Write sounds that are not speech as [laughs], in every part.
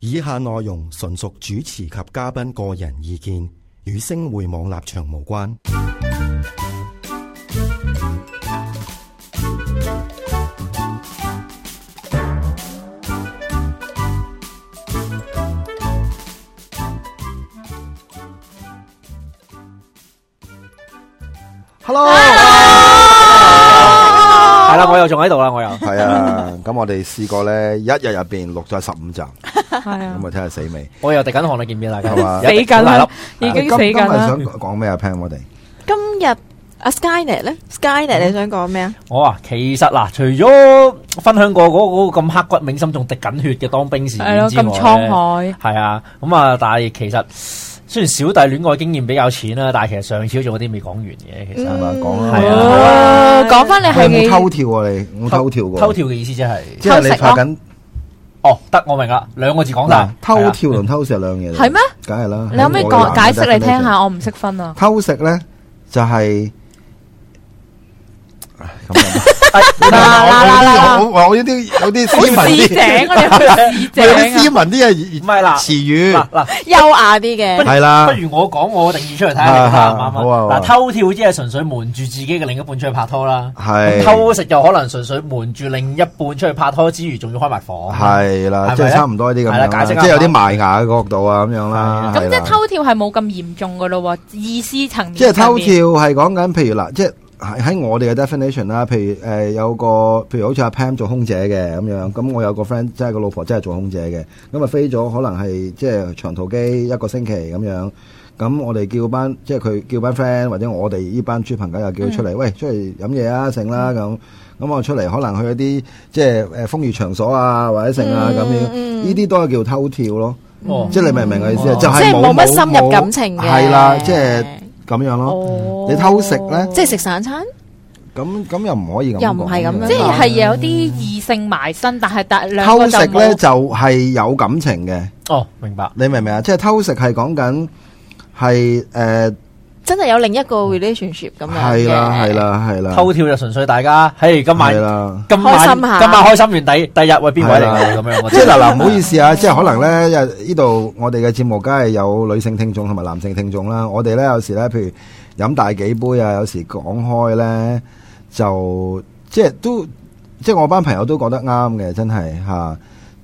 以下內容純屬主持及嘉賓個人意見，與星匯網立場無關。 Hello，系啦，我又仲喺度啦， [laughs] 我又系啊，咁我哋試過咧，一日入边錄咗十五集，咁啊系啊，睇下死未？我又滴緊汗啦，見唔見啊大家？係嘛有一滴死緊啦啊大粒已經今死今日緊啦想。講咩啊？Pan 我哋今日啊 À, Skynet 咧，Skynet 你想講咩啊？我啊，其實嗱，除咗分享過嗰嗰個咁刻骨銘心，仲滴緊血嘅當兵事係咯，件之外呢，咁滄海，係啊，咁啊，但係其實雖然小弟戀愛經驗比較淺啦，但係其實上次都仲有啲未講完嘅，其實係嗯咪講係啊啊？哦，講翻你喂有冇係偷跳啊？你有冇偷跳過？偷，跳嘅意思即係，即係你偷食拍咯緊哦，得我明啦，兩個字講晒嗱，，偷係啊跳同偷食係兩嘢嚟，係咩？梗係啦。你可唔可以喺我嘅講解釋嚟 definition 聽下？我唔識分啊。偷食咧就係唉咁啊哎 [laughs] 嗱嗱嗱嗱，我我我呢啲有啲斯文市井啲，我 [laughs] 哋去市有啲斯井啊，文啲嘅唔係啦詞語嗱，嗱。優雅啲嘅。係啦不。如我講我嘅定義出嚟睇下你覺得啱啊唔啊好啊好啱啊啊？嗱，偷跳即係純粹瞞住自己嘅另一半出去拍拖啦。係偷食就可能純粹瞞住另一半出去拍拖之餘，仲要開埋房。系啦，係即咪系咧差唔多呢啲咁係樣啦啦，解釋即下係有啲埋牙嘅角度啊咁樣啦。咁係即啦係，偷跳係冇咁嚴重噶咯喎，意思層面即係偷上面。跳係講緊，譬如嗱，即係喺喺我哋嘅 definition 啦，譬如诶有個，譬如好似阿 Pam 做空姐嘅咁樣，咁我有個 friend 即係個老婆真係做空姐嘅，咁啊飛咗可能係即係長途機一個星期咁樣。咁我哋叫班即係佢叫班 friend 或者我哋呢班豬朋狗友叫佢出嚟，喂出嚟飲嘢啊，成啦咁。咁我出嚟可能去一啲即係誒風月場所啊，或者成啊咁樣，呢啲都係叫偷跳咯。哦，即係你明唔明我意思啊？嗯就係即係冇乜深入感情嘅係啦，即係咁樣咯。哦你偷食呢即係食散餐，咁咁又唔可以咁講，又唔係咁樣即即係係係有啲異性埋身，但係但兩個偷就食咧冇。就係有感情嘅，哦，明白。你明唔明啊？即係偷食係講緊啊係誒真係有另一個 relationship 咁樣嘅係啦係，啦係啦，偷跳就純粹大家，嘿，今晚係啦。今晚開今心下晚開心完第第日喂邊位嚟係㗎咁 [laughs] 樣？即係嗱嗱，唔 [laughs] 好意思啊！即係可能咧，有呢度我哋嘅節目，梗係有女性聽眾同埋男性聽眾啦。我哋咧有時咧，譬如飲大幾杯啊，有時講開咧，就即係都即係我班朋友都覺得啱嘅，真係嚇、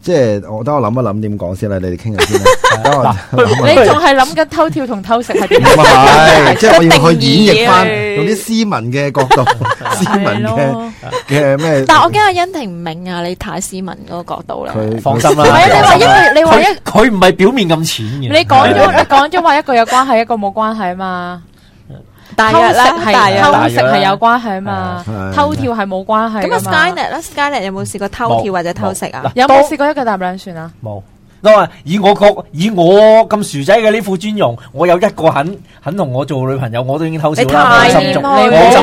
即係我等我諗一諗點講先啦，你哋傾下 [laughs] 先啦。等我嗱 [laughs] 諗一諗你仲係諗緊偷跳同偷食 [laughs] 係點？咁啊係，即係我要去演繹個定翻，義用啲斯文嘅角 [laughs] 度，斯文嘅咯。嘅咩？但我驚阿欣婷唔明 à, 啊，你太斯文嗰個角度啦。唔佢放心啦係啊，你話放一心啦句，你話一，佢佢唔係表面咁淺嘅。你講咗，你講咗話一個有關係，一個冇關係嘛？大偷約食啦，大係約啊偷食係有關係啊嘛啊係？偷跳係冇關係咁㗎嘛啊，Skynet 咧，Skynet 有冇試過偷跳或者偷食啊？有冇試過一腳踏兩船啊？冇。因為以我個以我咁薯仔嘅呢副尊容，我有一個肯肯同我做女朋友，我都已經偷笑你啦，我太好心謙足，虛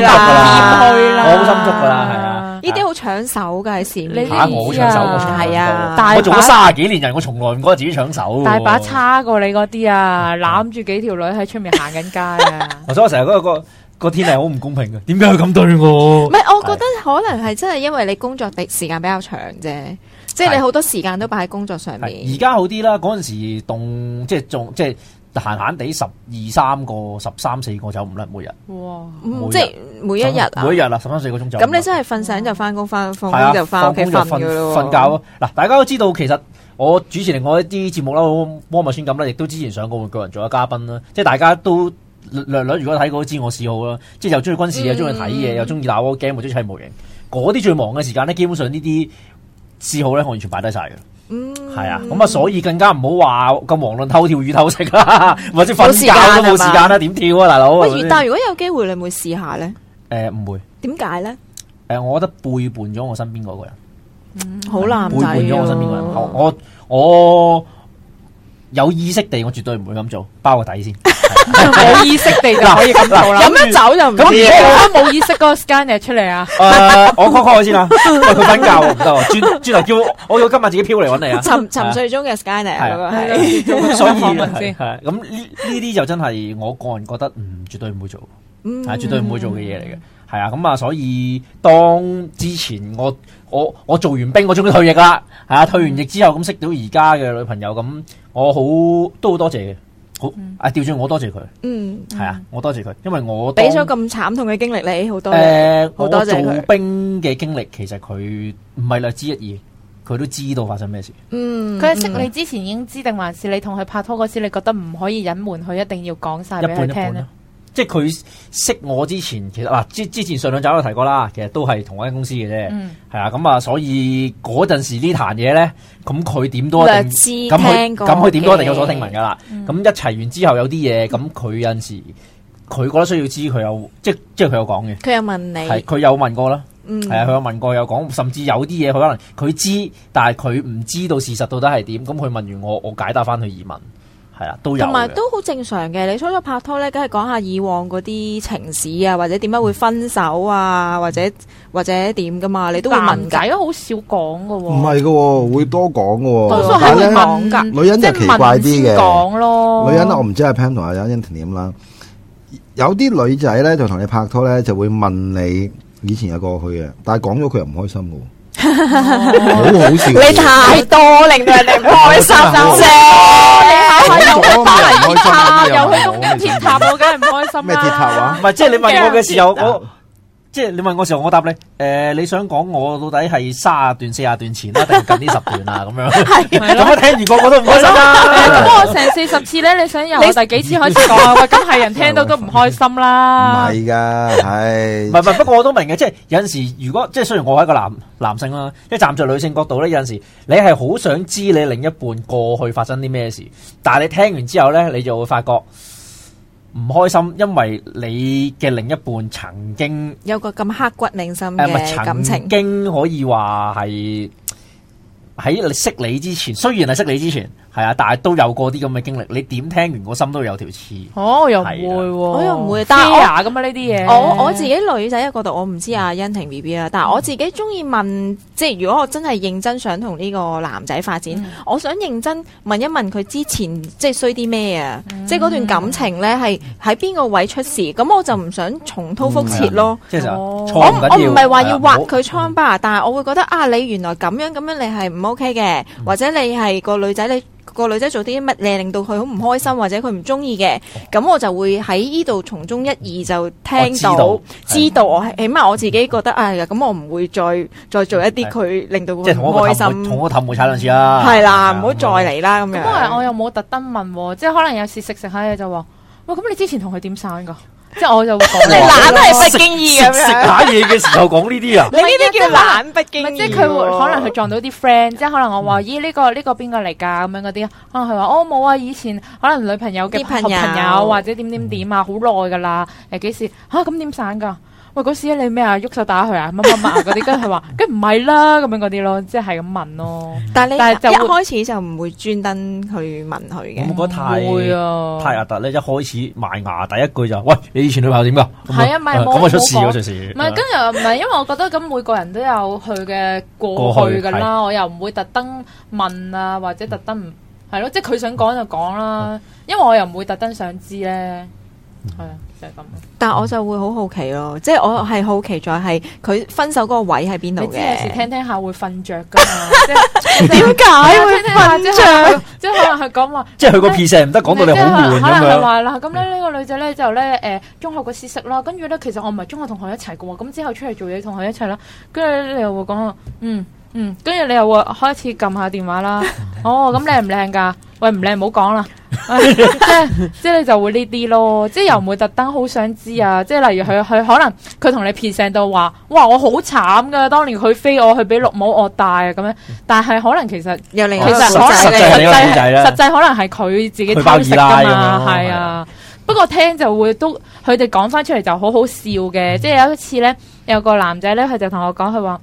我好心足啦噶啦，謙虛啦我好心足噶啦，係啊。呢啲好搶手㗎，喺市面你嚇我好 à. 搶手，我從來唔係啊過大把我做咗卅幾年人，我從來唔覺得自己搶手喎。大把差過你嗰啲啊，攬住幾條女喺出面行緊 [laughs] 街啊！所以我成日覺得個個天氣好唔公平嘅，點解佢咁對我唔？係，我覺得可能係真係因為你工作地時間比較長啫，即係你係好多時間都擺喺工作上係而面。家好啲啦，嗰陣時凍即係仲即係閒閒地十二三個、十三四個走唔甩，每日嗯哇！嗯即係每一日啊，每一日啦，十三四個鐘走唔甩。咁你真係瞓醒就翻工，翻放係啊哦工就翻屋企放工瞓就瞓㗎咯喎。瞓覺咯。嗱，大家都知道其實我主持另外一啲節目啦，《魔物酸感》啦，亦都之前上過《玩具人》做咗嘉賓啦，即係大家都。略略如果睇過都知我嗜好啦，即係又中意軍事，又中意睇嘢，嗯又中意打 war game，又中意砌模型。嗰啲最忙嘅時間咧，基本上呢啲嗜好咧，我完全擺低晒嘅。嗯，係啊，咁啊，所以更加唔好話咁無論偷跳與偷食啦，或者瞓覺都冇時間啦，點跳啊，大佬？喂，如但如果有機會，你會試下咧？誒唔會點解咧？誒，我覺得背叛咗我身邊嗰個人。好男背仔叛咗我身邊個人。喎我我我有意識地，我絕對唔會咁做，包個底先。 [laughs] 冇意識地就可以咁做啦。嗱咁飲咗酒就唔咁你如果而家冇意識嗰個 scanner 出嚟啊？誒，我 call call 佢先啦，喂佢瞓覺喎唔得喎，轉轉頭叫我我要今日自己飄嚟揾你啊。 [laughs] 沉沉睡中嘅 Skynet 係嗰個係啊係咯。咁所以啊訪問先係係咁呢呢啲就真係我個人覺得唔絕對唔會做，嗯係絕對唔會做嘅嘢嚟嘅。係啊，咁啊，所以當之前我我我做完兵，我終於退役啦，係啊，退完役之後咁識到而家嘅女朋友，咁我好都好多謝嘅，好啊，調轉我多謝佢，嗯，係啊，我多謝佢，因為我俾咗當咁慘痛嘅經歷你，好多嘢，誒，好我多謝做佢兵嘅經歷，其實佢唔係略知一二，佢都知道發生咩事。嗯，佢喺識你之前已經知定，還是你同佢拍拖嗰時，你覺得唔可以隱瞞佢，一定要講晒一俾佢半一聽半啊咧啦？。即係佢識我之前，其實嗱之之前上兩集都提過啦，其實都係同一間公司嘅啫，嗯係啊、咁啊，所以嗰陣時呢壇嘢咧，咁佢點都一略定知咁佢聽過，嗯咁佢點都一定有所聽聞噶啦。咁、一齊完之後有啲嘢，咁佢有陣時佢覺得需要知，佢有即即係佢有講嘅，佢又問係你，佢有問過啦，嗯，係啊、佢有問過有講，甚至有啲嘢佢可能佢知，但係佢唔知道事實到底係點，咁佢問完我，我解答翻佢疑問，係啊，都有嘅。同埋都好正常嘅。你初初拍拖咧，梗係講下以往嗰啲情史啊，或者點解會分手啊，或者或者點噶嘛，你都會問男㗎。仔都好少講噶喎，唔係嘅喎，會多講嘅喎。多數係係但係會會呢問問㗎女人就奇怪啲嘅即係問先講咯。女人我唔知阿 Pam 同阿 Anthony 點啦。有啲女仔咧就同你拍拖咧，就會問你以前有過去嘅，但係講咗佢又唔開心嘅喎，好哦好笑嘅。你太多令到人哋唔開心 [laughs] 啫。講咗咪唔開心啊，咁有去東京你又鐵塔，我梗係唔開心啦。咩鐵塔啊話唔？係，即係你問我嘅時候，我即係你問我時候，我答你，誒、你想講我到底係卅段、四廿段前啦，定係近呢十段啊？咁樣，咁樣聽完個個都唔開心啦。不過成四十次咧，你想由我第幾次開始講啊？喂，咁係人聽到都唔開心唔啦。係㗎，係唔係唔係，不過我都明嘅，即係有陣時，如果即係雖然我係一個男男性啦，即係站在女性角度咧，有陣時你係好想知你另一半過去發生啲咩事，但係你聽完之後咧，你就會發覺唔開心，因為你嘅另一半曾經。有個咁刻骨銘心呃誒，咪嘅感曾情，經可以話係喺你識你之前，雖然係識你之前，係啊，但係都有過啲咁嘅經歷。你點聽完個心都有條刺。哦，我又唔會喎，我又唔會但係我 fair 咁啊呢啲嘢。我我自己女仔嘅角度，我唔知阿欣婷 B B 啦，嗯但係我自己中意問，即係如果我真係認真想同呢個男仔發展，嗯我想認真問一問佢之前即係衰啲咩啊，嗯即係嗰段感情咧係喺邊個位出事，咁我就唔想重蹈覆轍咯。即係就哦錯我唔唔我緊要唔係話要係啊挖佢瘡疤，但係我會覺得啊，你原來咁樣咁樣你係唔 OK 嘅，或者你係個女仔你。個女仔做啲乜嘢令到佢好唔開心，或者佢唔中意嘅，咁我就會喺呢度從中一二就聽到我，知道我起碼我自己覺得，哎呀，咁我唔會再再做一啲係佢令到即係佢同唔我個開氹妹，同心，我氹妹踩兩次啦。係係啦，啊唔好再。嚟啦咁咁我又樣。我又冇特登問喎，即係可能有時食食下嘢就話，喂，咁你之前同佢點散噶？即係我就 [laughs] 會講你懶都係不經意食咁食樣，下嘢嘅時候講呢 [laughs] 啲啊，你呢啲叫懶不唔經係意喎。即係佢會哎可能佢撞到啲 friend，即係可能我嗯話咦呢個呢個邊個嚟㗎咁樣嗰啲，可能佢話哦冇啊，以前可能女朋友嘅啲朋朋友嗯友或者點點點啊，好耐㗎啦，誒幾時嚇咁點散㗎？喂嗰時你咩啊？喐手打佢啊？乜乜乜啊嗰啲，跟住佢話梗唔係啦咁樣嗰啲咯，即係咁問咯，但係你但係就一會開始就唔會專登去問佢嘅我。覺得太會啊，太核突咧！一開始埋牙第一句就喂，你以前女朋友點㗎？咁係啊咪啊冇咁啊出事冇嗰講陣時。唔係，跟住又唔係，因為我覺得咁每個人都有佢嘅過過去去㗎啦，我又唔會特登問啊，或者特登唔係咯，即係佢想講就講啦，因為我又唔會特登想知咧，係啊，就係咁。但我就會好好奇咯，即係我係好奇在係佢分手嗰個位喺邊度你知有時嘅。聽聽下會瞓着㗎嘛，即 [laughs] 係點解會瞓着？即係可能佢講話。即係佢個 P 聲唔得，講到你好悶可能咁佢樣。話啦，咁咧呢個女仔咧就咧誒中學嗰時識啦，跟住咧其實我唔係中學同學一齊嘅喎，咁之後出嚟做嘢同佢一齊啦，跟住你又會講嗯嗯，跟住你又會開始撳下電話啦，哦咁靚唔靚㗎？喂唔靚唔好講啦， [laughs] 即係即係你就會呢啲咯，即係又唔會特登好想知啊，即係例如佢佢可能佢同你撇聲到話，哇我好慘㗎，當年佢飛我去俾綠帽我戴啊咁樣，但係可能其實。又另其一實可能實際係實你嚟個際故仔啦實際可能係佢自己偷佢食包噶二奶咁嘛，樣咯係係啊啊。不過聽就會都佢哋講翻出嚟就好好笑嘅，即係有一次咧，有個男仔咧，佢就同我講，佢話。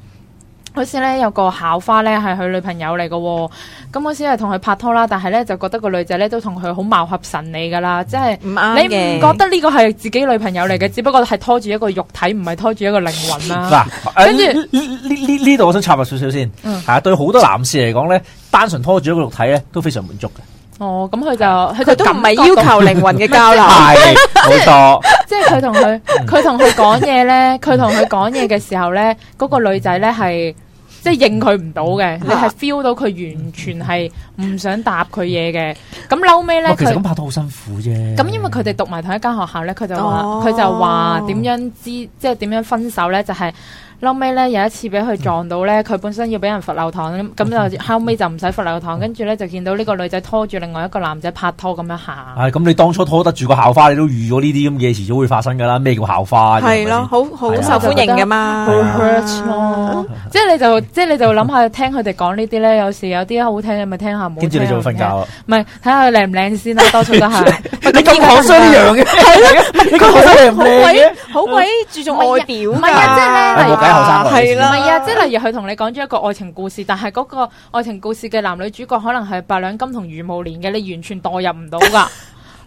嗰時咧有個校花咧係佢女朋友嚟嘅喎，咁嗰時係同佢拍拖啦，但係咧就覺得個女仔咧都同佢好貌合神離噶啦，即係唔啱你嘅唔覺得呢個係自己女朋友嚟嘅，只不過係拖住一個肉體，唔係拖住一個靈魂啦。嗱，啊跟跟住住呢呢呢呢度，我想插入少少先。嗯係啊，對好多男士嚟講咧，單純拖住一個肉體咧，都非常滿足嘅。哦，咁佢就佢佢就都唔感係覺要到求靈魂嘅交流。啊 [laughs] 係冇錯，即係佢同佢嗯佢同佢講嘢咧，佢同佢講嘢嘅時候咧，嗰、個女仔咧係即係應佢唔到嘅，嗯你係 feel 到佢完全係唔想答佢嘢嘅。咁嬲尾咧哦哇其實佢咁。拍拖好辛苦啫。咁因為佢哋讀埋同一間學校咧，佢就話哦佢、就話點樣知即係點樣分手咧，就係、嬲尾咧有一次俾佢撞到嗯咧，佢本身要俾人罰留堂咁，咁就後尾就唔使罰留堂，跟住咧就見到呢個女仔拖住另外一個男仔拍拖咁樣行。唉，啊咁你當初拖得住個校花，你都預咗呢啲咁嘅嘢遲早會發生㗎啦。咩叫校花啫？係咯，係好好受歡迎噶嘛，好 hurt [laughs] 咯，即係你就即係你就諗下聽佢哋講呢啲咧，有時有啲好聽你咪聽下，冇咪先，跟住你就會瞓覺覺，啦。唔係睇下佢靚唔靚先啦，多數都係。 [laughs] 你咁講衰樣嘅， [laughs] 係咯，你咁講衰你唔好靚嘅鬼。好鬼注重外表㗎，唔係啊即係咧我解後生係唔 [laughs] 啦，係啊，即係例如佢同你講咗一個愛情故事，但係嗰個愛情故事嘅男女主角可能係白兩金同余慕蓮嘅，你完全代入唔到噶。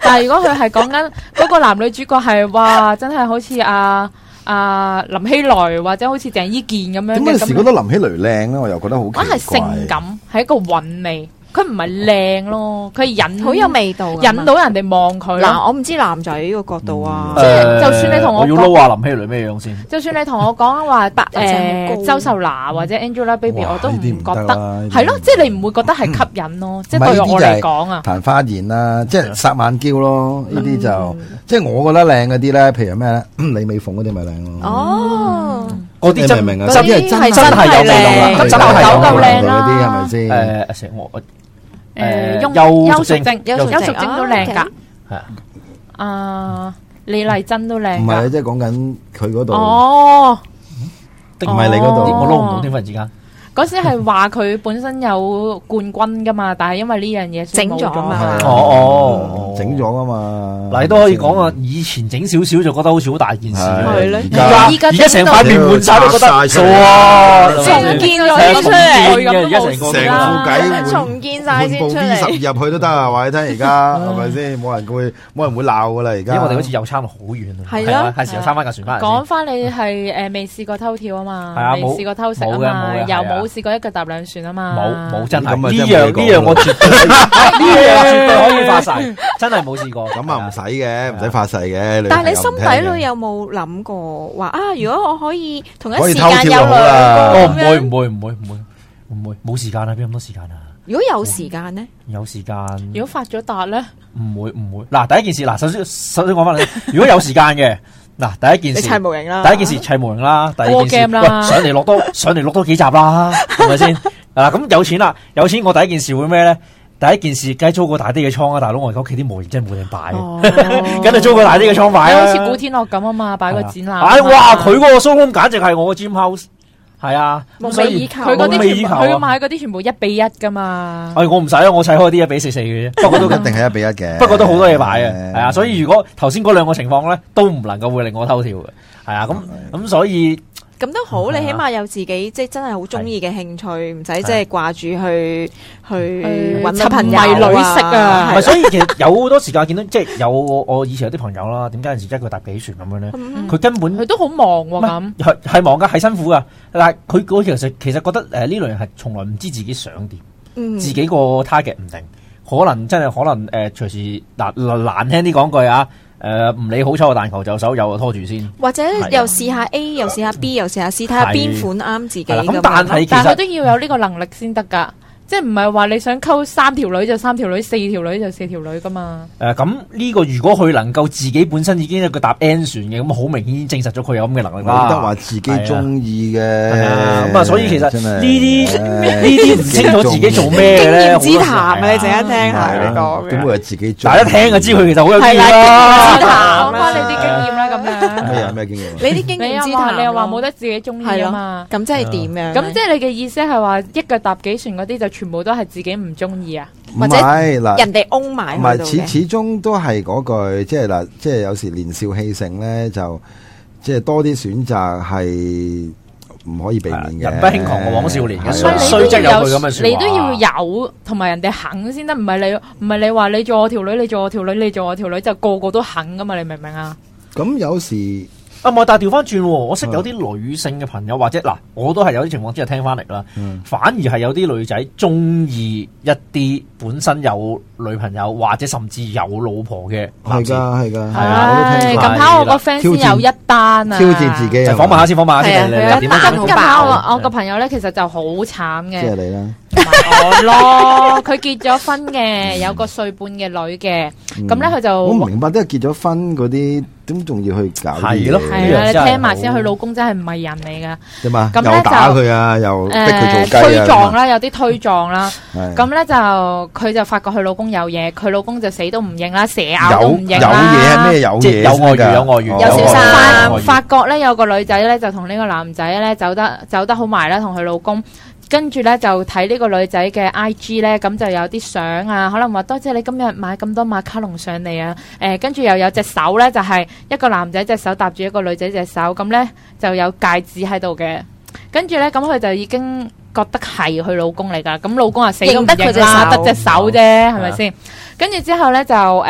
但係如果佢係講緊嗰個男女主角係哇，真係好似阿阿林熙來或者好似鄭伊健咁樣點解嘅有時覺咁，得林熙蕾靚咧？我又覺得好奇怪。我係性感，係一個韻味，佢唔係靚咯，佢係引好有味道㗎嘛。引到人哋望佢咯。嗱，我唔知男仔個角度啊嗯，即係就算你同我誒我要撈講下林熙蕾咩樣先？就算你同我講話白人好誒高周秀娜或者 Angelababy，哇我都唔呢啲唔覺得啦得呢啲係咯，即係你唔會覺得係吸引咯，即唔係係對呢啲我就嚟係講啊，曇花宴啦，即係撒萬嬌咯，呢啲嗯就即係我覺得靚嗰啲咧，譬如咩咧，李美鳳嗰啲咪靚咯。哦，嗰你明唔啲真明啊？嗰啲因為真係真係有味道啦係真係有味道啦嗰啲係咪先？誒成我誒誒邱邱淑淑貞貞、邱淑邱淑貞貞啊都靚㗎 OK，係啊啊李麗珍都靚唔係，啊㗎，即係講緊佢嗰度，唔哦，的唔係你嗰度我撈唔到哦添，忽然之間。嗰時係話佢本身有冠軍㗎嘛，但係因為呢樣嘢先冇整咗啊嘛嘛哦哦哦整咗啊嘛。嗱，你都可以講啊，以前整少少就覺得好似好大件事係咁樣，係而咯而家家而家成塊面換晒都覺得拆晒出嚟哇！重建咗係啊先出重嚟，建嘅而家成個成副啦計換重建晒換先部出 V 十嚟。入去都得啊！話你聽而 [laughs] 家係咪先？冇人會冇人會鬧噶啦而因家。為我哋好似又差到好遠啊，係咯啊，係時候參翻架船翻嚟講先。翻你係誒未試過偷跳啊係啊嘛，未冇試過偷食冇啊嘅嘛，冇嘅又係啊冇試過一腳踏兩船啊嘛，冇冇真係咁呢啊真係冇樣嘢講呢樣我絕對呢樣絕對可以發誓，真係冇試過。咁啊，唔使嘅，唔使發誓嘅。女但係朋你友心唔聽嘅底裏有冇諗過話啊？如果我可以同一可時以間偷有跳就兩好個啦哦，咁唔樣會唔會唔會唔會唔會冇時間啊！邊有咁多時間啊？如果有時間咧，有時間如果發咗達咧，唔會唔會嗱，第一件事嗱，首先首先講翻你，如果有時間嘅嗱，第一你件事砌模型啦。第一件事砌模型啦，第二件 War 事啊 game 啦喂上嚟落 [laughs] 多上嚟落多幾集啦，係咪先？嗱咁有錢啦，有錢我第一件事會咩咧？第一件事梗係租個大啲嘅倉啊，大佬我而家屋企啲模型真係冇嘢擺嘅，哦梗係租個大啲嘅倉擺啦。好似古天樂咁啊嘛，擺個展覽啊嘛。唉哇！佢嗰個 showroom 簡直係我嘅 dream house，係啊，夢寐咁所以以求佢嗰夢寐啲以全求部，啊佢買嗰啲全部一比一噶嘛。唉我唔使啊，我砌開啲一比四四嘅啫，不過都都一定係一比一 [laughs] 嘅，不過都好多嘢買啊，係啊，所以如果頭先嗰兩個情況咧，都唔能夠會令我偷跳嘅，係啊，咁咁所以咁都好，係啊你起碼有自己即係真係好中意嘅興趣，唔使即係掛住去去去揾到朋友尋迷女 à. 色啊唔係係，所以其實有好多時間見到，即係有我我以前有啲朋友啦，點解有時一個搭幾船咁樣咧？嗯佢根本佢都好忙唔喎、係係係忙噶，係辛苦噶，但係佢佢其實其實覺得誒呢類人係從來唔知自己想點。嗯自己個 target 唔定，可能真係可能誒、呃、隨時嗱嗱難聽啲講句啊，誒唔理好彩個彈球就手有就拖住先，或者係啊又試下 A，又試下 B，又試下 C，睇下係邊款啱自己係啦咁咁但樣係咁，其但係佢實都要有呢個能力先得噶，即係唔係話你想溝三條女就三條女，四條女就四條女噶嘛。誒咁呢個如果佢能夠自己本身已經一個搭 N 船嘅，咁好明顯已經證實咗佢有咁嘅能力冇啦。得話自己中意嘅。係啊咁啊，所以其實真係呢啲唉呢啲唔清楚自己做咩嘅咧，經驗之談啊！你係陣間聽下係你咯講點嘅會係啊自己中意？嗱一聽就知佢其實好有經係驗啦，啦講經驗之。談啦翻你啲經驗啦，咁 [laughs] 樣。咩啊咩經驗啊？你啲經你驗之又話談，你又話冇，得自己中意啊嘛？咁即係點樣咧？咁即係你嘅意思係話一腳踏幾船嗰啲就全部都係自己唔中意啊？唔或者係嗱，人哋 own 埋唔喺度係嘅始始終都係嗰句，即係嗱，即係有時年少氣盛咧，就即係多啲選擇係唔可以避免嘅。人不輕狂過往少年嘅係啊所以你衰則都有要佢咁嘅說你話都要有同埋人哋肯先得，唔係你唔係你話你做我條女，你做我條女，你做我條女就個個都肯噶嘛？你明唔明啊？咁有時啊，唔係，但係調翻轉喎，我識有啲女性嘅朋友，或者嗱，我都係有啲情況之下聽翻嚟啦，反而係有啲女仔中意一啲本身有女朋友或者甚至有老婆嘅男係士，㗎，係㗎，啊我都唉，聽近過咁排我挑個 fans 戰有一單啊，挑戰自己就啊，訪問下先，訪問下先，你你係啊有一點係啊樣單好做爆近排我我個朋友咧，其實就好慘即係嘅，你啦，我咯，佢結咗婚嘅，有個歲半嘅女嘅，咁咧佢就我唔明白，都係結咗婚嗰啲，點仲要去搞啲係咯嘢係啊，呢樣你真係聽埋先，好佢老公真係唔係人嚟噶。啫嘛，咁又呢打就佢啊，又逼佢做誒雞啊呃推撞咁啊，啦，有啲推撞啦。係咁咧就佢就發覺佢老公有嘢，佢老公就死都唔認啦，蛇咬都有唔認有嘢啦係。咩有即係嘢有外遇先㗎有外遇哦有小三發有外遇發覺咧有個女仔咧就同呢個男仔咧走得走得好埋啦，同佢老公。跟住咧就睇呢個女仔嘅 I G 咧，咁就有啲相啊，可能話多謝你今日買咁多馬卡龍上嚟啊，誒、跟住又有隻手咧，就係、一個男仔隻手搭住一個女仔隻手，咁咧就有戒指喺度嘅。跟住咧，咁佢就已經覺得係佢老公嚟㗎，咁老公啊死都唔認得佢認啦，隻得隻手手啫，係咪先？跟住之後咧就誒。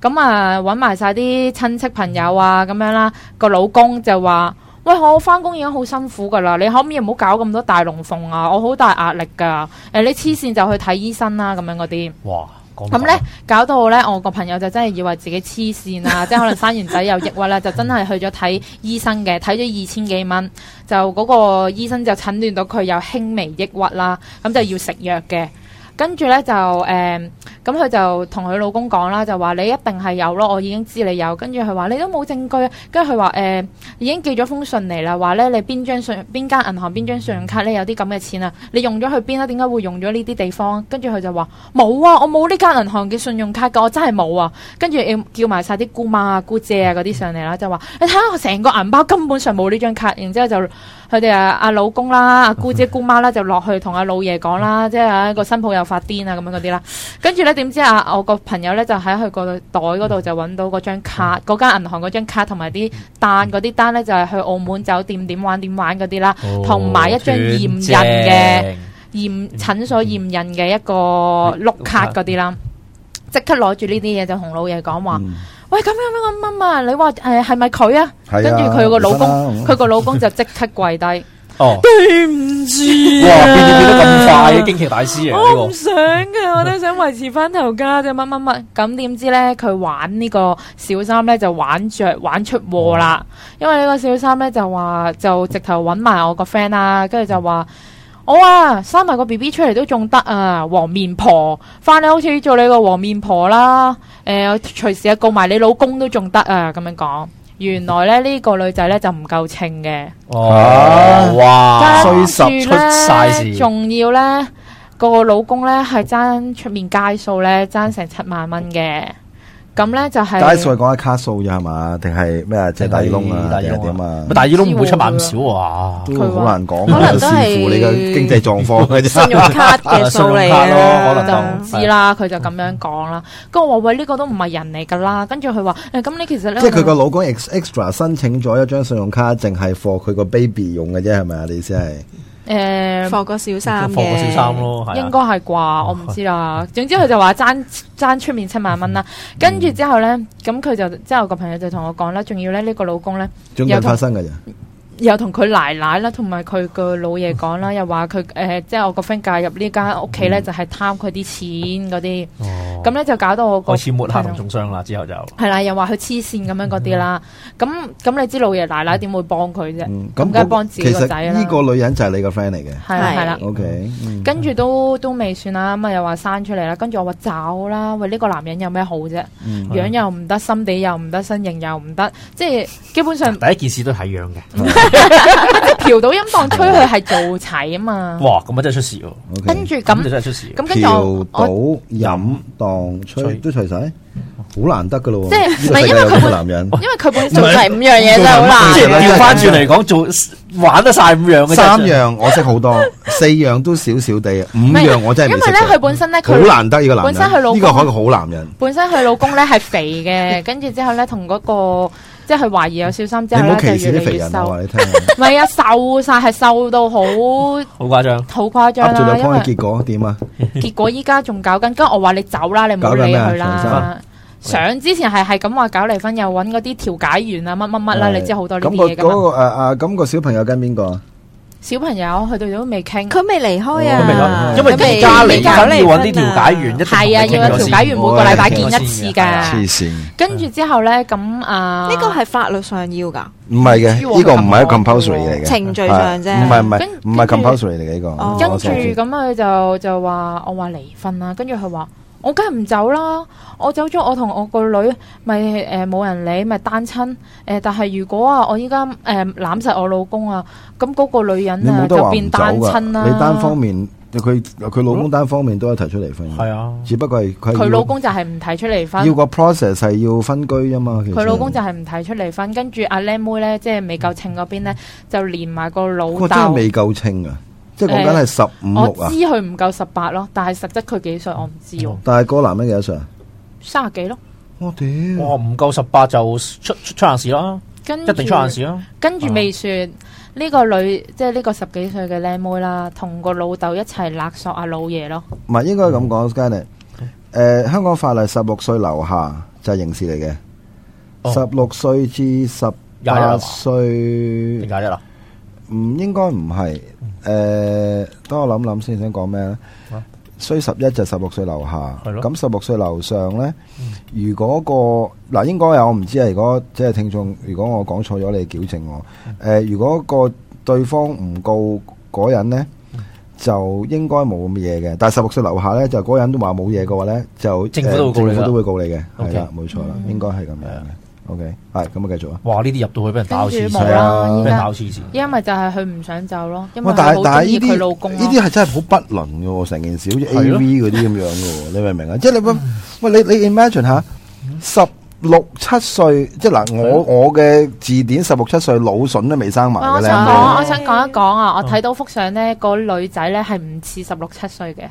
咁啊揾埋晒啲親戚朋友啊咁樣啦，個老公就話：喂，我翻工已經好辛苦噶啦，你可唔可以唔好搞咁多大龍鳳啊？我好大壓力噶，誒、你黐線就去睇醫生啦、咁樣嗰啲。哇，咁啊咧，搞到咧，我個朋友就真係以為自己黐線啦，即係可能生完仔又抑鬱啦，就真係去咗睇醫生嘅，睇咗二千幾蚊，就嗰個醫生就診斷到佢有輕微抑鬱啦，咁就要食藥嘅。跟住咧就誒，嗯咁、佢就同佢老公講啦，就話你一定係有咯，我已經知你有。跟住佢話你都冇證據啊，跟住佢話誒已經寄咗封信嚟啦，話咧你邊張信邊間銀行邊張信用卡咧有啲咁嘅錢啊，你用咗去邊啊？點解會用咗呢啲地方？跟住佢就話冇啊，我冇呢間銀行嘅信用卡㗎，我真係冇啊。跟住要叫埋晒啲姑媽啊、姑姐啊嗰啲上嚟啦，就話你睇下我成個銀包根本上冇呢張卡，然之後就佢哋啊阿老公啦、阿姑姐姑媽啦就落去同阿老爺講啦，即係啊個新抱又發癲啊咁樣嗰啲啦。跟住咧點知啊我個朋友咧就喺佢個袋嗰度就揾到嗰張卡，嗰間銀行嗰張卡同埋啲單嗰啲單咧就係去澳門酒店點玩點玩嗰啲啦，哦同埋一張驗印嘅。嗯驗診所驗印嘅一個碌卡嗰啲嗯啦，即刻攞住呢啲嘢就同老爺講話：，喂咁樣咁樣咁啊！你話誒係咪佢啊？係啊跟住佢個老公本身，啦啊佢個老公就即刻跪低，哦，對唔住哇，變變得咁快嘅驚奇大師啊！呢我唔個想嘅，我都想維持翻頭家啫，乜乜乜。咁點知咧，佢玩呢個小三咧就玩着玩出禍哦啦。因為呢個小三咧就話就直頭揾埋我個 friend 啦，跟住就話。我啊，生埋個 B B 出嚟都仲得啊，黃面婆，翻嚟好似做你個黃面婆啦，诶、隨時啊告埋你老公都仲得啊，咁樣講。原來咧呢、個女仔咧就唔夠稱嘅。哦，哇，衰跟十住出晒咧，事，仲要咧個老公咧係爭出面街數咧爭成七萬蚊嘅，咁咧就係、啊解數係講緊卡數啫係嘛？定係咩啊？即係大耳窿啊？定係點啊咪？大耳窿唔會出萬咁少啊！都好難講，可視能都乎你嘅係經濟狀 [laughs] 況啊嘅啫。信用卡嘅數嚟信用卡咯可能就啊，唔知啦，佢就咁樣講啦。跟住我話喂，呢、個都唔係人嚟㗎啦。跟住佢話誒，咁、你其實咧，即係佢個老公 ex- extra 申請咗一張信用卡，淨係 for 佢個 baby 用嘅啫，係咪啊？你意思係？誒。放個小三放嘅，個小三咯，係應啊該係啩，我唔知啦。總之佢就話爭爭出面七萬蚊啦，跟住之後咧，咁佢就之後個朋友就同我講啦，仲要咧呢個老公咧中有間同發生嘅啫。又同佢奶奶啦，同埋佢個老爺講啦，又話佢誒，即係我個 friend 介入呢間屋企咧，就係貪佢啲錢嗰啲，嗯哦咁咧就搞到我個開始抹黑朋同友中傷啦，之後就係啦，又話佢黐線咁樣嗰啲啦，嗯咁咁你知老爺奶奶點會幫佢啫？嗯咁梗係幫自其己個仔實啦呢，個女人就係你個 friend 嚟嘅。係啦係係啦。 OK，嗯跟住都都未算啦，咁啊又話生出嚟啦，跟住我話走啦，喂呢、個男人有咩好啫？嗯樣又唔得，心地又唔得，身形又唔得，即係基 [laughs] 本上 [laughs] 第一件事都係睇樣嘅。嗯嫖到陰當吹佢係做齊啊嘛。哇，咁啊真係出事喎！跟 OK。住咁就咁真係出事喎。咁跟住嫖我我賭、飲、蕩、吹吹都除晒，好難得噶咯即係喎！呢個唔係世因界有為佢咁會嘅男人，因為佢本就身係五樣嘢真係好咁難即其實係咧嘅。啊調翻轉嚟講，做玩得晒五樣嘅啫三，樣我識好多，四樣都少少地，五樣我真係因未為識咧嘅佢本身咧好佢難得呢個男本身佢老人，公呢啊個係一個好男人。本身佢老公咧係肥嘅，跟住之後咧同嗰個即係佢懷疑有小三之你唔後好咧歧就視越啲嚟肥越人啊！我瘦話，你聽啊，唔係啊瘦晒係瘦到好好誇張。好誇張噏咗啦，兩因方為嘅結果點啊？結果依家仲搞緊，跟住我話你走啦，你唔好搞理佢緊咩啊長啦。想之前係係咁話搞離婚，又揾嗰啲調解員啊，乜乜乜啦，係你知好多呢咁啲個嘢噶嘛。嗰個誒誒，咁個小朋友跟邊個啊？小朋友佢哋都未傾，佢未離開啊，咁咪咯，因為佢未而家未離搞婚要揾啲離婚啊調解員，一定同係啊，你傾要有咗調先解員每個禮拜見一次係啊㗎。黐線，跟住之後咧，咁啊，呢個係法律上要㗎，唔係嘅，呢個唔係一個 compulsory 嚟嘅，啊程序上係唔啫。係唔係跟唔係跟住 compulsory 嚟嘅呢個。哦跟我住所知咁佢就就話哦我話離婚啦，跟住佢話我梗係唔走啦，我走咗我同我個女咪誒冇人理，咪單親誒、但係如果啊我依家誒攬實我老公啊，咁嗰個女人你啊冇得就話唔變走單㗎，親啦。嗯你單方面佢佢老公單方面都有提出離婚嘅，係啊，只不過係佢佢要老公就係唔提出離要婚。個 process 係要分居啫嘛。其實佢老公就係唔提出離婚，跟住阿靚妹咧，即係未夠稱嗰邊咧，就連埋個老哇真係豆。未夠清啊！即係講緊係十五我六啊知，佢唔夠十八咯，但係實質佢幾歲我唔知嗯喎，但係嗰個男人幾多歲啊？三十幾咯。哦我屌！哇，唔夠十八就出出出硬事啦，跟一住定出硬事啦。跟住啊未算呢、個女，即係呢個十幾歲嘅靚妹啦，同個老豆一齊勒索阿老爺咯。唔係應該咁講 s c a n n 誒香港法例十六歲樓下就係刑事嚟嘅，哦十六歲至十廿八一啊歲點解啦？唔應該唔係誒，等我諗諗先想講咩咧啊？衰十一就十六歲樓下，係咯咁十六歲樓上咧，如果個嗱應該有我唔知啊，如果即係聽眾，如果我講錯咗，你矯正我。誒、如果個對方唔告嗰人咧，就應該冇咁嘢嘅。但係十六歲樓下咧，就嗰人都話冇嘢嘅話咧，就政府都會告誒政你府㗎都會告你嘅，係 OK 啦，冇錯啦，應該係咁樣係嘅啊。 OK，係咁啊，繼續啊。哇！呢啲入到去俾人打到跟黐住線冇係啊啊，啦，依俾人打家到黐線。因為就係佢唔想走咯，因哇！為佢但係好但中係意呢佢啲老公啊呢咯。啲係真係好不倫嘅喎，成件事好似係 A 咯 V 嗰啲咁樣嘅喎，你明唔明啊？即係你諗，喂你你 imagine 下，十六七歲，即係嗱，我我嘅字典十六七歲老筍都未生埋哇嘅我咧想。講，我靚想妹講一講啊！我睇到幅相咧，個女仔咧係唔似十六七歲嘅，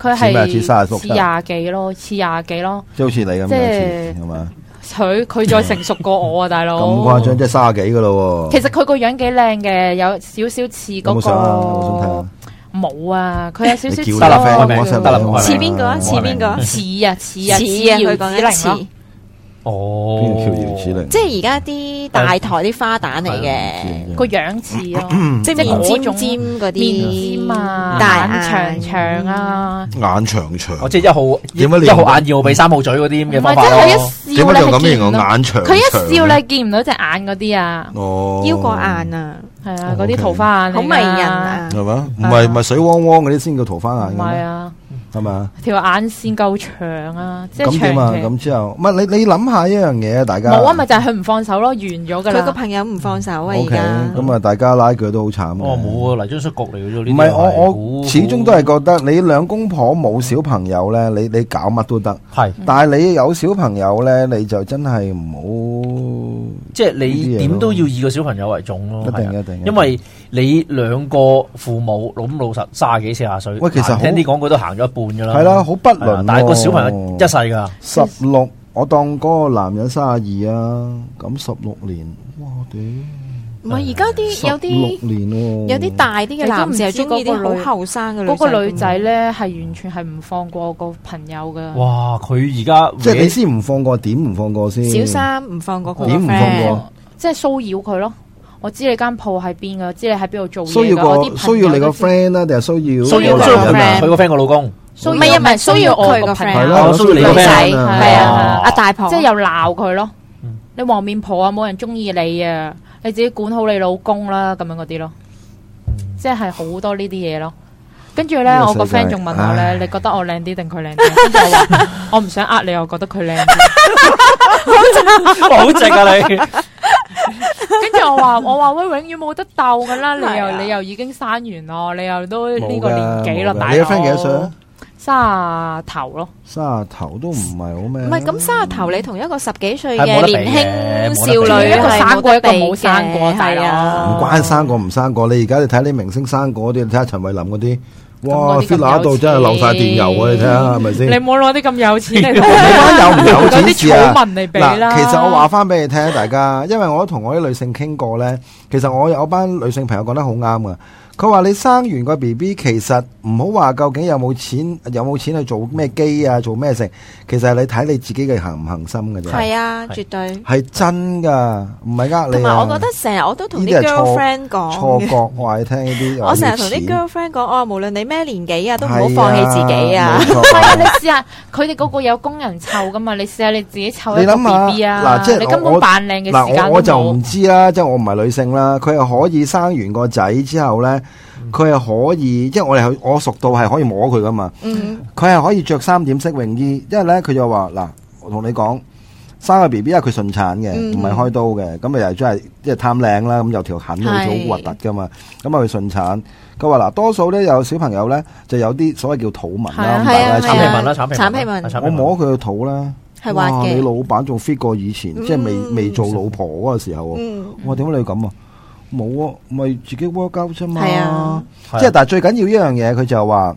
佢嗯似咩似三十係六似廿幾咯，似廿幾咯。即係好似你咁即樣係似係嘛？佢佢再成熟過 [laughs] 我啊，大佬。嗯咁誇張，即係卅幾嘅咯喎。其實佢個樣幾靚嘅，有少少似有嗰冇相啊？我想睇個啊！冇啊，佢有少你少叫似你得啦嗰 friend，開名我個想得啦睇啊開似邊個啊？似我明邊個啊？似啊似似啊啊！姚佢子講緊玲咯似，哦，邊個叫姚子玲？即係而家啲大台啲花旦嚟嘅，係啊個樣似咯，嗯即係即係面嗰尖種尖嗰啲面尖啊，大眼長長啊，眼長長哦我，即係一 [laughs] 號點解啊你一號眼，二號鼻，三號嘴嗰啲咁唔嘅係方即法咯。係點佢解就咁一笑你係形見唔容到，眼長長？佢一啊笑你見唔到隻眼嗰啲啊，哦，腰個眼啊，係啊，嗰啲 OK 桃花眼嚟㗎哦好迷人！啊！係嘛？唔係唔係水汪汪嗰啲先叫桃花眼唔嘅係咩？啊，係嘛？條眼線夠長啊，即咁係點啊？長期咁之後，唔係你你諗下一樣嘢啊，大家冇啊，咪就係佢唔放手咯，完咗㗎佢個啦。朋友唔放手啊， O 而 K，家咁啊，大家拉佢都好慘嘅。哦，冇啊，泥漿摔局嚟嘅啫。唔呢啲係係哦我好我始終都係覺得你兩公婆冇小朋友咧，你你搞乜都得，係，但係你有小朋友咧，你就真係唔即係呢啲嘢你咯點都要以個小朋友為重咯。好，一定係啊一定。因為你兩個父母老咁老實，卅幾四廿歲，喂其實好難聽啲講句都行咗一半㗎啦。係啦，好不係啊倫。但係個小朋友一世㗎，十六，我當嗰個男人三廿二啊，咁十六年，哇屌，唔係而家啲有啲十六年喎，有啲大啲嘅男士係中意啲好後生嘅女嗰個女㗎嘛仔咧係完全係唔放過個朋友㗎。哇！佢而家即係你先唔放過，點唔放過先？小三唔放過佢個點唔放 friend，過？即係騷擾佢咯。我知你間鋪喺邊噶，知你喺邊度做需要嘢噶，我個啲需朋要友你個都知 friend 啦，定係需要需嗰要個需要男人啊佢佢個 friend 個老公，騷擾唔係啊唔騷擾係騷擾我佢個個 friend 朋係友，咯，我需要你個女 friend 仔啊係啊，阿大婆即係又鬧佢咯嗯。你黃面婆啊，冇人中意你啊，你自己管好你老公啦，咁樣嗰啲咯，即係好多呢啲嘢咯。跟住咧，呢個我個世界 friend 仲問我唉咧，你覺得我靚啲定佢靚啲？跟 [laughs] 住我話我唔想呃你，我覺得佢靚啲。哇好正 [laughs] 啊你！跟住我話我話喂，永遠冇得鬥噶啦，你係又啊你又已經生完咯，你又都呢冇個年㗎紀啦，冇㗎大佬。你個 friend 幾多歲啊？卅頭咯，卅頭都唔係好咩？唔係咁三十頭，你同一個十幾歲係冇嘅得比嘅年輕少冇得女比嘅一個係生過冇得一個冇比生過嘅大佬係唔啊，關生過唔生過，你而家你睇啲明星生過嗰啲，你睇下陳慧琳嗰啲，哇咁嗰啲咁 f i l 度真係流晒電油啊！你睇下係咪你先？冇攞啲咁有 [laughs] 錢嚟你睇，班有唔有攞錢事啊啲？草民嚟俾啦。其實我話翻俾你聽，大家，因為我同我啲女性傾過呢，其實我有班女性朋友講得好啱噶。佢話你生完個 B B，其實唔好話究竟有冇錢，有冇錢去做咩機啊，做咩成，其實係你睇你自己嘅恒唔恒心嘅啫。係啊，係絕對。係真噶，唔係呃你啊。同埋我覺得成日我都同啲呢啲係錯 girlfriend 講錯嘅。覺，我係聽呢啲。我成日同啲 girlfriend ờ, 講，哦，無論你咩年紀啊，都唔好放 à. 棄自己啊！係冇係啊，錯 [laughs] 你試下佢哋嗰個有工人湊噶嘛，你試下你自己湊一個你諗下 B B 啊嗱，即係你根我本扮靚嘅時嗱，間我我就都唔冇。知啦，即係我唔係女性啦，佢係可以生完個仔之後咧，佢係可以，即係我哋係我熟到係可以摸佢噶嘛，嗯，佢係可以着三點式泳衣，因為咧佢就話嗱，我同你講。生個 B B 因為佢順產嘅，嗯唔係開刀嘅，咁啊又真係即係貪靚啦，咁有條痕好似好核突噶嘛，嗯咁啊佢順產。佢話嗱，多數咧有小朋友咧就有啲所謂叫肚紋係啊啦，咁係啊大家係橙啊皮參考紋啦，橙皮橙皮紋紋啦，橙皮我紋摸佢個肚啦，係滑哇！你嘅。老闆仲 fit 過以前，嗯即係未未做老婆嗰個時候喎。嗯，我點解你要咁啊？冇啊，咪自己 work out 啫嘛。係啊，即係但係最緊要一樣嘢，佢就話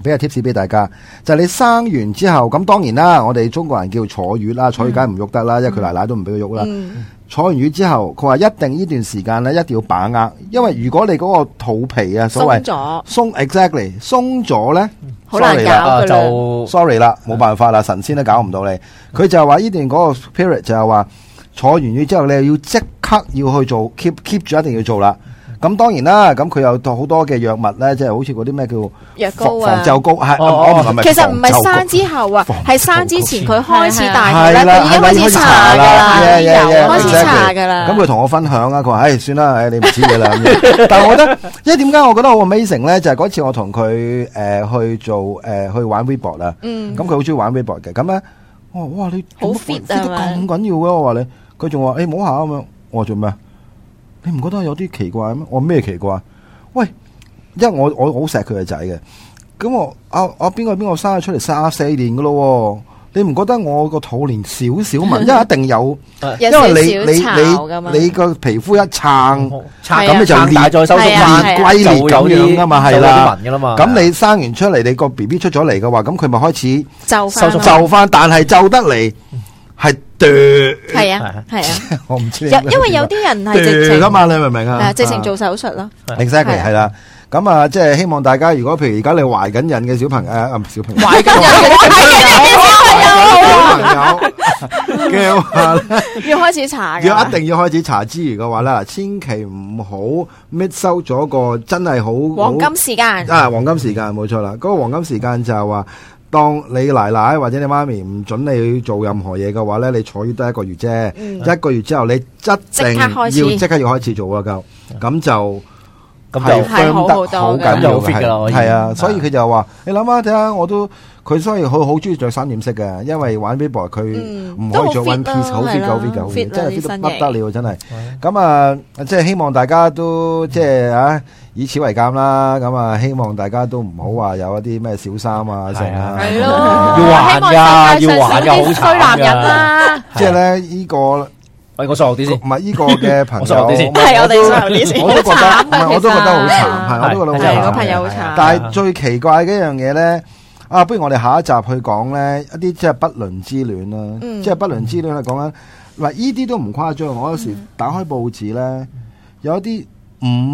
俾個 tips 俾大家，就係你生完之後，咁當然啦，我哋中國人叫坐月啦，坐月梗係唔喐得啦，因為佢奶奶都唔俾佢喐啦。嗯，坐完月之後，佢話一定呢段時間咧一定要把握，因為如果你嗰個肚皮啊，所鬆謂咗，鬆 exactly 鬆咗咧，好難 sorry 啦搞啊㗎啦就 sorry 啦，冇辦法啦，神仙都搞唔到你。佢就係話呢段嗰個 period 就係話坐完月之後，你又要即刻要去做 keep keep 住，一定要做啦。咁當然啦，咁佢有好多嘅藥物咧，即係好似嗰啲咩叫藥防膏防啊。皺膏，係哦我唔係其實唔防係皺膏生之後啊防，皺係生之前佢開始大係佢咧，啦，佢已經開始搽噶啦，係啦係啦開始 exactly 搽噶啦。咁佢同我分享啊，佢話：，唉，算啦，唉，你唔知嘅啦。 [laughs] 咁樣但係我覺得，因為點解我覺得好 amazing 咧？就係、嗰次我同佢誒去做誒、呃去玩 Weibo 啦。嗯咁佢好中意玩 Weibo 嘅。咁咧，我話：哇，你好點解 fit 啊得咁緊要嘅？我話你，佢仲話：，誒、摸下咁樣。我話做咩啊？你唔覺得有啲奇怪咩？我話咩奇怪？喂，因為我我好錫佢個仔嘅。咁我啊啊邊個邊個生咗出嚟三四年嘅咯喎？你唔覺得我個肚連少少 [laughs] 紋，因為一定有。有因少為你你少巢噶嘛你，你個皮膚一撐，橙係啊咁你就橙大裂再收係啊縮係裂龜裂咁樣噶嘛，係啦。紋噶啦嘛。咁你生完出嚟，你個 B B 出咗嚟嘅話，咁佢咪開始就收縮就翻，但係就得嚟係剁，係 [laughs] 啊係啊，我唔知你明唔有明。因為有啲人係直剁情噶嘛，你明唔明啊？誒直情做手 [laughs] 術咯， exactly 係啊係啦。咁啊，即係希望大家，如果譬如而家你懷緊孕嘅小朋友，啊小 [laughs] 朋友，懷緊孕嘅小朋友嘅話咧。要開始搽要噶一。定要開始查之餘嘅話咧，千祈唔好 miss 收咗個真係好黃金 [laughs] 時間好啊黃金時間冇錯啦。嗰、個黃金時間就係話，當你奶奶或者你媽咪唔准你去做任何嘢嘅話咧，你坐月都一個月啫，嗯一個月之後你一定要開始即刻要開始做啊夠，咁就。咁係就係好 firm 好得多好嘅緊咁就要好 fit 㗎啦可嘅，以係啊，嗯所以佢就話：你諗下睇下，我都佢所以佢好中意着三點式嘅，因為玩 b a b o 佢嗯唔都可以好着 one fit 啦 piece，好 fit 係㗎啦好 fit 㗎好 fit， fit 啦真係啲 fit 身到不得形了，真係。咁啊，即係希望大家都即係啊，以此為鑑啦。咁啊，希望大家都唔好話有一啲咩小三啊，成啊。係咯，要還㗎希望世要還界上㗎好慘㗎少啲衰男人啦。即係咧，呢個唔喂，我數學啲先。係呢個嘅朋我收落友，啲先係我哋收落啲先我都覺得，好唔慘㗎係我都覺得好其實慘，係我都覺得好係慘我。朋友好慘啊但係最奇怪嘅一樣嘢咧，啊，不如我哋下一集去講咧一啲即係不倫之戀啦，嗯即係不倫之戀係講緊嗱，依啲都唔誇張。我有時打開報紙咧，有一啲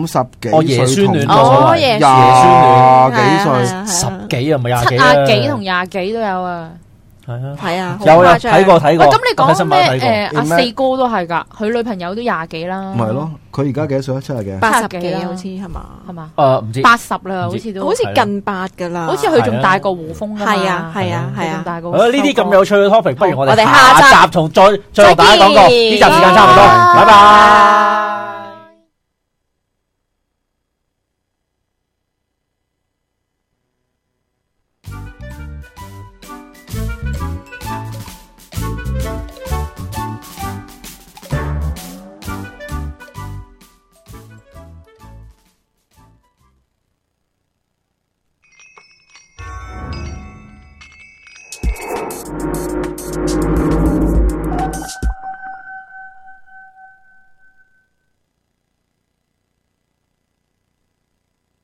五十哦幾歲爺孫同戀啊所謂我哦廿爺幾係歲，啊十幾啊，唔係廿七幾啊啊，幾同廿幾都有啊。係啊，係啊，好有有誇張睇過睇喂，過。咁你睇新聞講睇過咩？誒，阿你四咩哥都係㗎，佢女朋友都廿幾啦。咪係咯，佢而家幾多歲啊？七十幾啊？八十幾啦好似係嘛，係嘛？誒唔知八十啦，好唔知似都好似近八噶啦，好似佢仲大過胡楓㗎嘛。係啊係啊係佢仲啊，大過好啦呢啲咁有趣嘅 topic，不如我我哋哋下集集同再再同大家講過，呢集時間差唔多，拜拜拜。